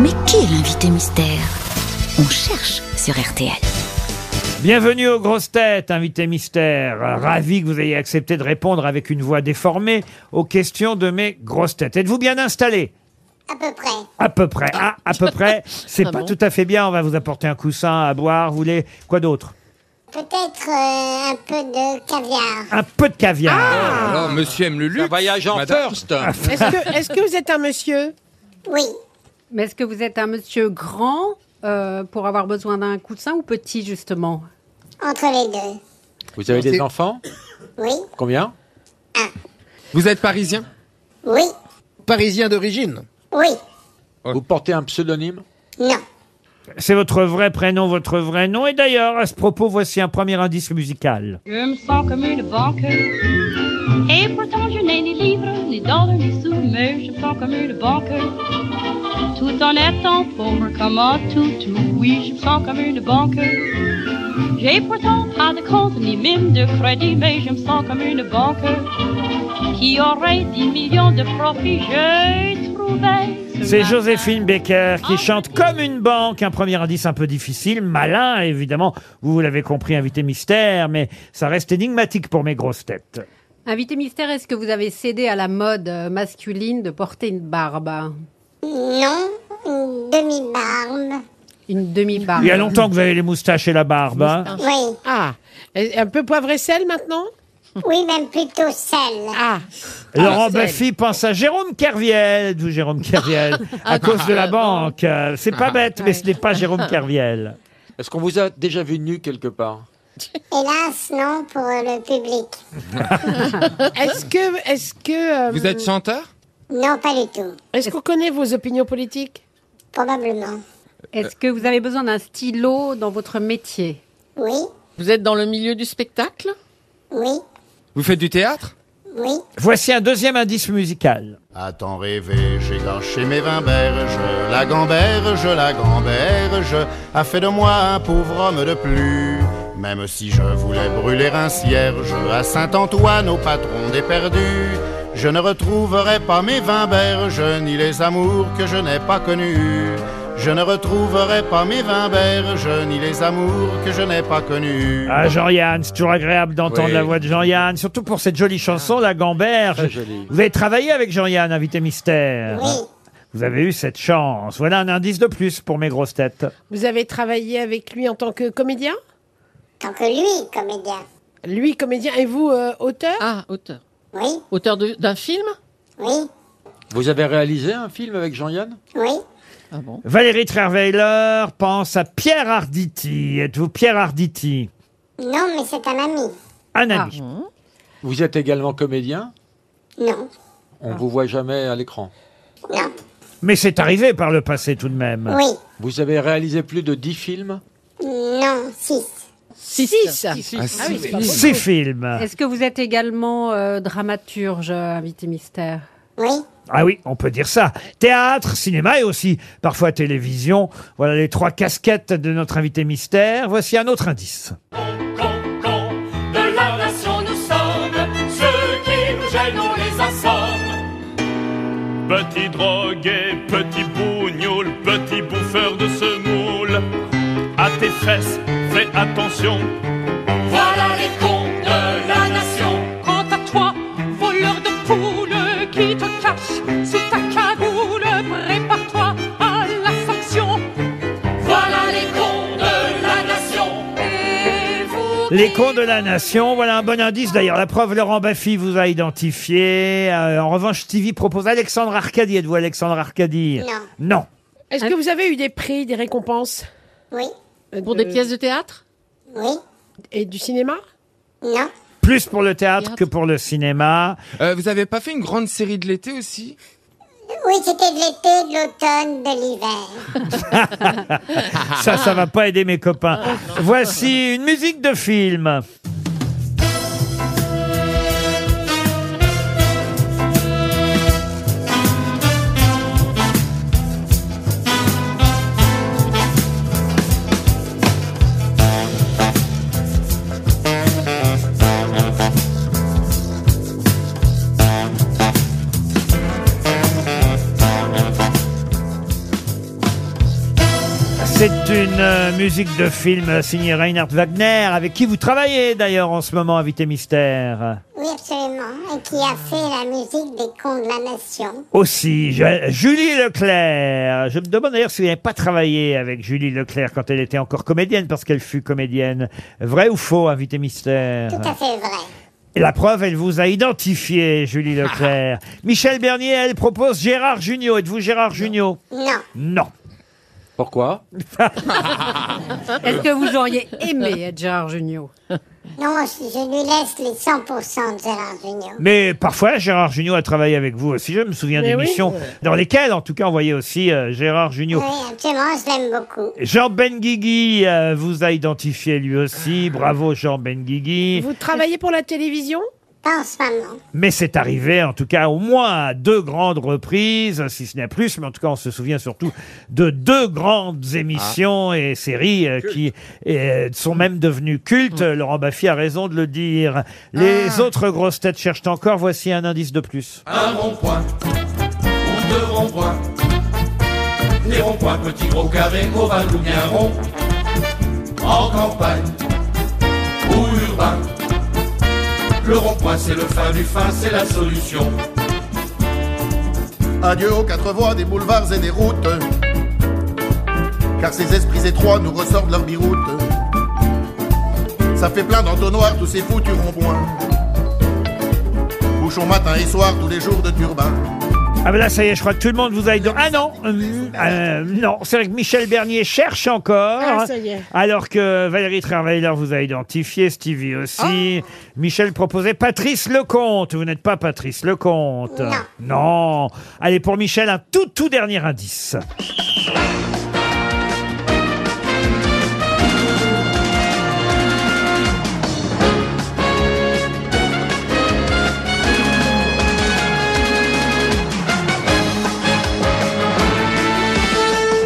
Mais qui est l'invité mystère On cherche sur RTL. Bienvenue aux grosses têtes, invité mystère. Euh, Ravi que vous ayez accepté de répondre avec une voix déformée aux questions de mes grosses têtes. Êtes-vous bien installé À peu près. À peu près. Ah, à peu près. C'est pas tout à fait bien. On va vous apporter un coussin à boire. Vous voulez quoi d'autre Peut-être euh, un peu de caviar. Un peu de caviar. Ah! Ah. Alors, monsieur aime le luxe. voyage en first. Est-ce que, est-ce que vous êtes un monsieur Oui. Mais est-ce que vous êtes un monsieur grand euh, pour avoir besoin d'un coussin ou petit, justement Entre les deux. Vous avez des enfants Oui. Combien Vous êtes parisien Oui. Parisien d'origine Oui. Vous portez un pseudonyme Non. C'est votre vrai prénom, votre vrai nom. Et d'ailleurs, à ce propos, voici un premier indice musical. Je me sens comme une banque. Et pourtant je n'ai ni livres, ni dollars, ni sous, mais je me sens comme une banque. Tout en étant pauvre comme un toutou, oui, je me sens comme une banque. J'ai pourtant pas de compte, ni même de crédit, mais je me sens comme une banque. Qui aurait 10 millions de profits, je trouvais. ce C'est matin. Joséphine Baker qui chante comme une banque. Un premier indice un peu difficile, malin, évidemment. Vous, vous l'avez compris, invité mystère, mais ça reste énigmatique pour mes grosses têtes. Invité mystère, est-ce que vous avez cédé à la mode euh, masculine de porter une barbe Non. Une demi-barbe. Une demi-barbe Il y a longtemps que vous avez les moustaches et la barbe. hein. Oui. Ah, et- un peu poivre et sel maintenant Oui, même plutôt celle. Ah, Laurent Marcel. Buffy pense à Jérôme Kerviel, d'où Jérôme Kerviel, à cause de la banque. Euh, C'est pas bête, mais ce n'est pas Jérôme Kerviel. Est-ce qu'on vous a déjà vu nu quelque part Hélas, non pour le public. est-ce que, est-ce que, euh, Vous êtes chanteur Non, pas du tout. est-ce qu'on connaît vos opinions politiques Probablement. Est-ce que vous avez besoin d'un stylo dans votre métier Oui. Vous êtes dans le milieu du spectacle Oui. Vous faites du théâtre Oui. Voici un deuxième indice musical. À t'en rêver, j'ai gâché mes vingt berges, la gamberge, la gamberge a fait de moi un pauvre homme de plus. Même si je voulais brûler un cierge à Saint-Antoine au patron des perdus, je ne retrouverai pas mes vingt berges, ni les amours que je n'ai pas connus. Je ne retrouverai pas mes vingt berges, ni les amours que je n'ai pas connus. Ah, Jean-Yann, c'est toujours agréable d'entendre Oui. la voix de Jean-Yann, surtout pour cette jolie chanson, La Gamberge. Très jolie. Vous avez travaillé avec Jean-Yann, invité mystère. Oui. Vous avez eu cette chance. Voilà un indice de plus pour mes grosses têtes. Vous avez travaillé avec lui en tant que comédien Tant que lui, comédien. Lui, comédien, et vous, euh, auteur Ah, auteur. Oui. Auteur de- d'un film Oui. Vous avez réalisé un film avec Jean-Yann Oui. Ah bon Valérie Trierweiler pense à Pierre Arditi. Êtes-vous Pierre Arditi Non, mais c'est un ami. Un ami. Vous êtes également comédien Non. Ah. On vous voit jamais à l'écran. Non. Mais c'est arrivé par le passé tout de même. Oui. Vous avez réalisé plus de 10 films Non, six. Six. Ah, si. Six films. Est-ce que vous êtes également euh, dramaturge, euh, invité mystère Oui. Ah oui, on peut dire ça. Théâtre, cinéma et aussi parfois télévision. Voilà les trois casquettes de notre invité mystère. Voici un autre indice. De la nation nous sommes, ceux qui nous gênent, on les assomme. Petit drogué, petit bougnoule, petit bouffeur de semoule. À tes fesses, fais attention. Voilà les cons de la nation. Quant à toi, voleur de poule qui te cache sous ta cagoule, prépare-toi à la sanction. Voilà les cons de la nation. Et vous Les cons de la nation. Voilà un bon indice d'ailleurs. La preuve, Laurent Baffy vous a identifié. Euh, en revanche, Stevie propose Alexandre Arcadie. Êtes-vous Alexandre Arcadie Non. Non. Est-ce que vous avez eu des prix, des récompenses Oui. euh, Pour de- des pièces de théâtre Oui. Et du cinéma Non. Plus pour le théâtre que pour le cinéma. Euh, Vous avez pas fait une grande série de l'été aussi Oui, c'était de l'été, de l'automne, de l'hiver. Ça, ça va pas aider mes copains. Voici une musique de film. C'est une euh, musique de film signée Reinhard Wagner, avec qui vous travaillez d'ailleurs en ce moment, invité mystère. Oui, absolument. Et qui a fait la musique des cons de la nation. Aussi, Ju- Julie Leclerc. Je me demande d'ailleurs si vous n'avez pas travaillé avec Julie Leclerc quand elle était encore comédienne, parce qu'elle fut comédienne. Vrai ou faux, invité mystère Tout à fait vrai. Et la preuve, elle vous a identifié, Julie Leclerc. Michel Bernier, elle propose Gérard Junior. Êtes-vous Gérard Junior Non. Non. Pourquoi Est-ce que vous auriez aimé être Gérard Junior Non, je, je lui laisse les 100% de Gérard Junior. Mais parfois, Gérard Junior a travaillé avec vous aussi. Je me souviens Mais oui. d'émissions dans lesquelles, en tout cas, on voyait aussi euh, Gérard Junior. Oui, absolument, je l'aime beaucoup. Jean Benguigui euh, vous a identifié lui aussi. Bravo, Jean Benguigui. Vous travaillez pour la télévision Pas en ce moment. Mais c'est arrivé, en tout cas, au moins à deux grandes reprises, si ce n'est plus, mais en tout cas, on se souvient surtout de deux grandes émissions et séries euh, qui euh, sont même devenues cultes. Laurent Baffy a raison de le dire. Ah. Les autres grosses têtes cherchent encore. Voici un indice de plus. Un rond-point ou deux ronds-points. Les ronds-points, petits gros carrés, ovales ou bien ronds. En campagne ou urbain. Le rond-point, c'est le fin du fin, c'est la solution. Adieu aux quatre voies des boulevards et des routes, car ces esprits étroits nous ressortent leur biroute. Ça fait plein d'entonnoirs tous ces foutus ronds-points. Bouchons matin et soir tous les jours de Turbin. Ah ben là, ça y est, je crois que tout le monde vous a identifié. Ah non, hum, euh, non, c'est vrai que Michel Bernier cherche encore. Ah, ça y est. Alors que Valérie Travailleur vous a identifié, Stevie Oh. aussi. Michel proposait Patrice Lecomte. Vous n'êtes pas Patrice Lecomte. Non. Allez, pour Michel, un tout, tout dernier indice.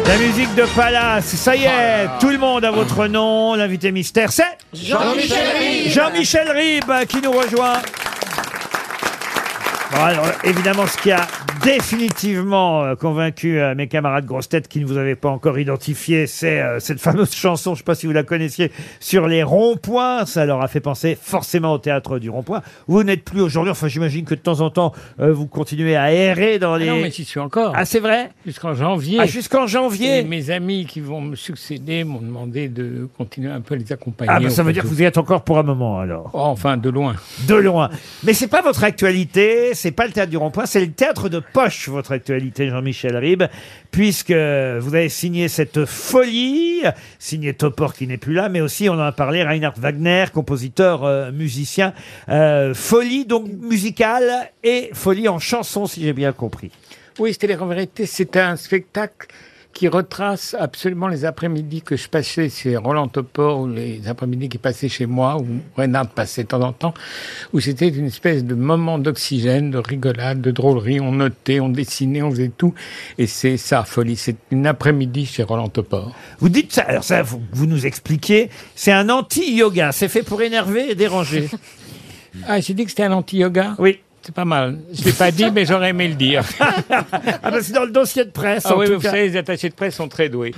La musique de Palace, ça y est, tout le monde a votre nom. L'invité mystère, c'est Jean-Michel Ribes. Jean-Michel Ribes qui nous rejoint. Bon, alors, évidemment, ce qui a définitivement euh, convaincu euh, mes camarades grosses têtes qui ne vous avaient pas encore identifié, c'est euh, cette fameuse chanson, je ne sais pas si vous la connaissiez, sur les ronds-points. Ça leur a fait penser forcément au théâtre du rond-point. Vous n'êtes plus aujourd'hui, enfin j'imagine que de temps en temps, euh, vous continuez à errer dans les... Ah Non, mais j'y suis encore. Ah, c'est vrai Jusqu'en janvier. Ah, jusqu'en janvier Et mes amis qui vont me succéder m'ont demandé de continuer un peu à les accompagner. Ah, bah, ça au veut cas dire que où. vous y êtes encore pour un moment alors. Oh, enfin, de loin. De loin. Mais c'est pas votre actualité, c'est pas le théâtre du rond-point, c'est le théâtre de poche, votre actualité, Jean-Michel Ribes, puisque vous avez signé cette folie, signé Topor qui n'est plus là, mais aussi, on en a parlé, Reinhard Wagner, compositeur, euh, musicien. Euh, folie, donc musicale et folie en chanson, si j'ai bien compris. Oui, c'est-à-dire qu'en vérité, c'est un spectacle qui retrace absolument les après-midi que je passais chez Roland Topor ou les après-midi qui passaient chez moi ou Renard passait de temps en temps, où c'était une espèce de moment d'oxygène, de rigolade, de drôlerie. On notait, on dessinait, on faisait tout. Et c'est ça, folie. C'est une après-midi chez Roland Topor. Vous dites ça, alors ça, vous, vous nous expliquez, c'est un anti-yoga, c'est fait pour énerver et déranger. Ah, j'ai dit que c'était un anti-yoga Oui. C'est pas mal. Je l'ai pas dit, mais j'aurais aimé le dire. Ah bah c'est dans le dossier de presse. Ah en oui, tout mais vous cas. savez, les attachés de presse sont très doués.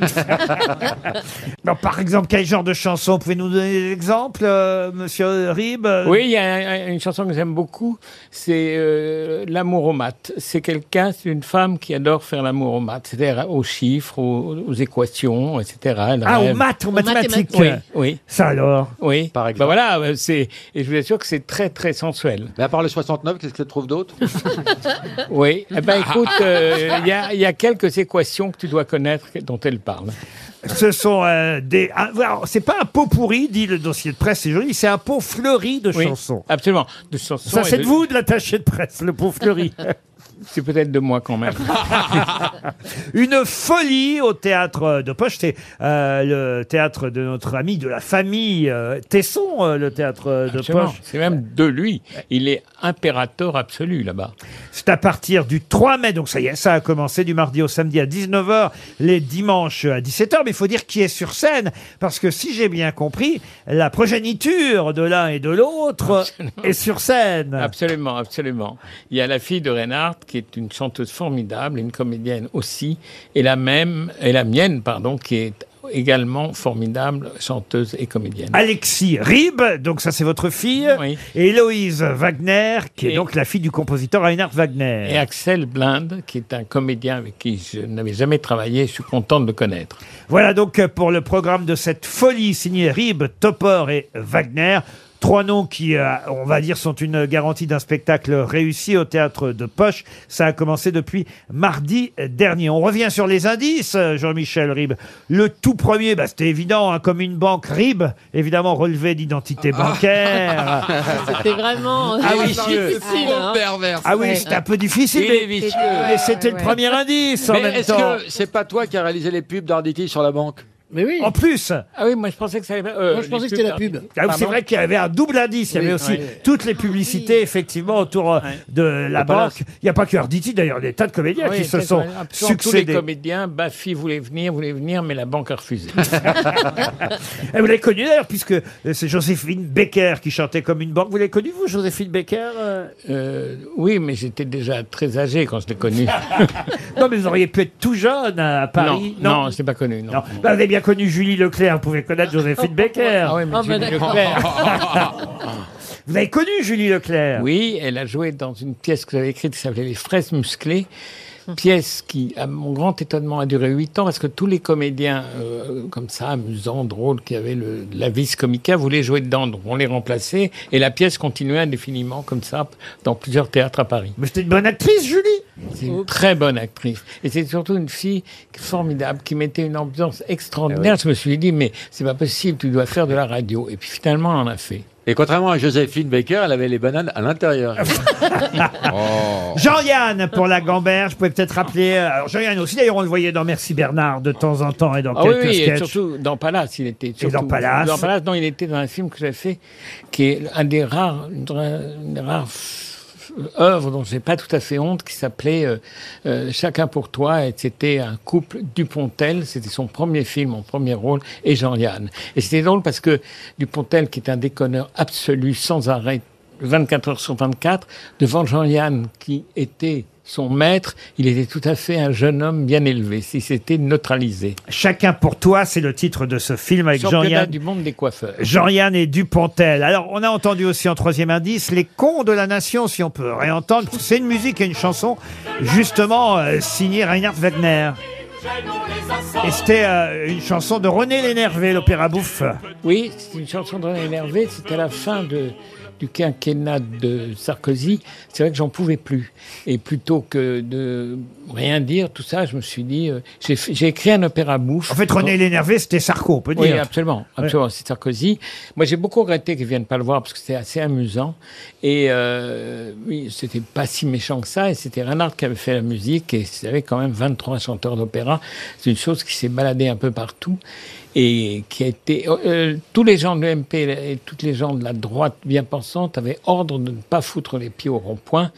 Non, par exemple, quel genre de chanson Pouvez-nous donner des exemples, euh, monsieur Rib Euh, Oui, il y a un- un- une chanson que j'aime beaucoup, c'est euh, L'amour au mat. C'est quelqu'un, c'est une femme qui adore faire l'amour au mat, c'est-à-dire aux chiffres, aux, aux équations, etc. Elle Ah, aux rêve. maths, aux Aux mathématiques. Oui, mathématiques. oui. Ça alors Oui. Par exemple. voilà, euh, c'est, et je vous assure que c'est très, très sensuel. Mais à part le 69, qu'est-ce que tu trouves d'autre Oui. Eh ben, écoute, euh, il y, a, il y a quelques équations que tu dois connaître dont elle parle. Ce sont euh, des. ah, alors, c'est pas un pot pourri, dit le dossier de presse, c'est joli, c'est un pot fleuri de Oui, chansons. Absolument. De chansons. Ça, et c'est de vous, de l'attaché de presse, le pot fleuri. C'est peut-être de moi quand même. Une folie au théâtre de Poche. C'est euh, le théâtre de notre ami, de la famille euh, Tesson, euh, le théâtre euh, de Absolument. Poche. C'est même de lui. Il est impérateur absolu là-bas. C'est à partir du 3 mai, donc ça y est, ça a commencé du mardi au samedi à 19h, les dimanches à 17h, mais il faut dire qui est sur scène, parce que si j'ai bien compris, la progéniture de l'un et de l'autre est sur scène. Absolument, absolument. Il y a la fille de Reinhardt qui est une chanteuse formidable, une comédienne aussi, et la même, et la mienne, pardon, qui est également formidable chanteuse et comédienne. Ah. Alexis Rib, donc ça c'est votre fille, et Héloïse Wagner, qui est donc la fille du compositeur Reinhard Wagner. Et Axel Blind, qui est un comédien avec qui je n'avais jamais travaillé, je suis content de le connaître. Voilà donc pour le programme de cette folie signée Rib, Topor et Wagner. Trois noms qui, euh, on va dire, sont une garantie d'un spectacle réussi au théâtre de Poche. Ça a commencé depuis mardi dernier. On revient sur les indices, euh, Jean-Michel Rib. Le tout premier, bah, c'était évident, hein, comme une banque Rib, évidemment relevé d'identité bancaire. C'était vraiment euh, Ah oui, monsieur. difficile. hein. Ah oui, c'était un peu difficile. Il est mais- vicieux. mais c'était le premier indice en Mais même est-ce temps. que c'est pas toi qui as réalisé les pubs d'Arditi sur la banque Mais oui. En plus. Ah oui, moi je pensais que ça allait- euh, Moi, je pensais les que c'était pubs la pub. d'Arditi. Ah oui, c'est Pardon vrai qu'il y avait un double indice. Il y Oui, avait aussi oui. toutes les publicités, effectivement, autour euh, de la palace. banque. Il n'y a pas que Arditi, d'ailleurs, il y a des tas de comédiens Bah, Oui, qui se ça, Ah sont absolument Tous les succédés. comédiens, bah, Baffy voulait venir, voulait venir, mais la banque a refusé. Et Eh, vous l'avez connu, d'ailleurs, puisque euh, c'est Joséphine Becker qui chantait comme une banque. Vous l'avez connue, vous, Joséphine Becker euh Euh, oui, mais j'étais déjà très âgé quand je l'ai connu. Non, mais vous auriez pu être tout jeune à Paris. Non, non, je l'ai pas connu. Non. Bah, vous avez bien connu Julie Leclerc, vous pouvez connaître Joséphine Becker. Ah oui, mais Oh, Julie bah, d'accord. Leclerc. vous avez connu Julie Leclerc Oui, elle a joué dans une pièce que j'avais écrite qui s'appelait Les fraises musclées. Pièce qui, à mon grand étonnement, a duré huit ans parce que tous les comédiens, euh, comme ça, amusants, drôles, qui avaient le, la vis comica, voulaient jouer dedans. Donc on les remplaçait et la pièce continuait indéfiniment comme ça dans plusieurs théâtres à Paris. Mais c'était une bonne actrice, Julie C'est une très bonne actrice. Et c'est surtout une fille formidable qui mettait une ambiance extraordinaire. Je me suis dit, mais c'est pas possible, tu dois faire de la radio. Et puis finalement, on en a fait. Et contrairement à Joséphine Baker, elle avait les bananes à l'intérieur. Oh. Jean-Yann pour la Gamberge, je pouvais peut-être rappeler. euh, alors Jean-Yann aussi, d'ailleurs, on le voyait dans Merci Bernard de temps en temps et dans Ah oui, quelques oui, et sketchs. surtout dans Palace, il était. surtout- dans Palace. Dans Palace, non, il était dans un film que j'ai fait, qui est un des rares, une, dra- une des rares f- œuvres dont j'ai pas tout à fait honte, qui s'appelait euh, euh, Chacun pour toi, et c'était un couple Dupontel, c'était son premier film, mon premier rôle, et Jean-Yann. Et c'était drôle parce que Dupontel, qui est un déconneur absolu, sans arrêt, 24 heures sur 24, devant Jean-Yann, qui était son maître, il était tout à fait un jeune homme bien élevé, si c'était neutralisé. Chacun pour toi, c'est le titre de ce film avec Championnat Jean-Yann. du monde des coiffeurs. Jean-Yann et Dupontel. Alors, on a entendu aussi en troisième indice les cons de la nation, si on peut réentendre. C'est une musique et une chanson, justement, euh, signée Reinhard Wagner. Et c'était euh, une chanson de René Lénervé, l'opéra bouffe. Oui, c'est une chanson de René Énervé. C'était à la fin de, du quinquennat de Sarkozy. C'est vrai que j'en pouvais plus. Et plutôt que de rien dire, tout ça, je me suis dit, euh, j'ai fait- j'ai écrit un opéra bouffe. En fait, René Lénervé, c'était Sarko, on peut dire. Oui, absolument, absolument. C'est Sarkozy. Moi, j'ai beaucoup regretté qu'ils viennent pas le voir parce que c'était assez amusant. Et euh, oui, c'était pas si méchant que ça. Et c'était Reinhardt qui avait fait la musique. Et il y avait quand même 23 chanteurs d'opéra. C'est une chose qui s'est baladée un peu partout et qui a été. euh, tous les gens de l'EMP et toutes les gens de la droite bien pensante avaient ordre de ne pas foutre les pieds au rond-point,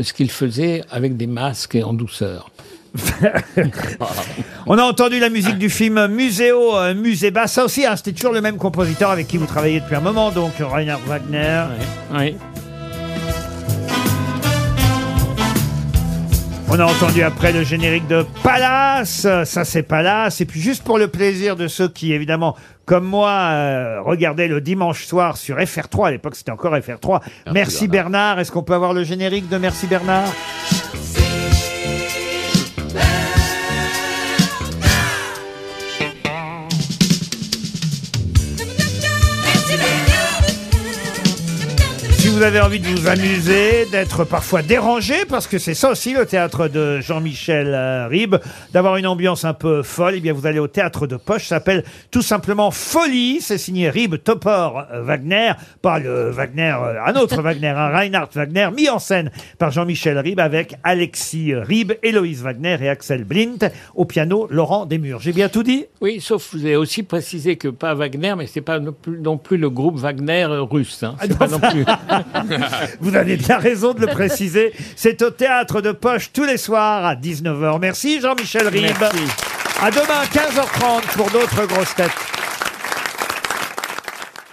ce qu'ils faisaient avec des masques et en douceur. On a entendu la musique du film Muséo, euh, Musée Bas. Ça aussi, hein, c'était toujours le même compositeur avec qui vous travaillez depuis un moment, donc euh, Reinhard Wagner. Oui. On a entendu après le générique de Palace, euh, ça c'est Palace, et puis juste pour le plaisir de ceux qui évidemment, comme moi, euh, regardaient le dimanche soir sur FR3, à l'époque c'était encore FR3, Merci, Bernard, est-ce qu'on peut avoir le générique de Merci Bernard Si vous avez envie de vous amuser, d'être parfois dérangé, parce que c'est ça aussi le théâtre de Jean-Michel euh, Ribes, d'avoir une ambiance un peu folle, eh bien vous allez au théâtre de poche, ça s'appelle tout simplement Folie, c'est signé Ribes, Topor, euh, Wagner, pas le Wagner, euh, un autre Wagner, un Reinhard Wagner, mis en scène par Jean-Michel Ribes avec Alexis Ribes, Héloïse Wagner et Axel Blint, au piano Laurent Desmurs. J'ai bien tout dit Oui, sauf que vous avez aussi précisé que pas Wagner, mais c'est pas non plus, non plus le groupe Wagner euh, russe. hein. C'est pas non plus. Vous avez bien raison de le préciser. C'est au théâtre de poche tous les soirs à 19h. Merci Jean-Michel Ribes. Merci. À demain 15h30 pour d'autres grosses têtes.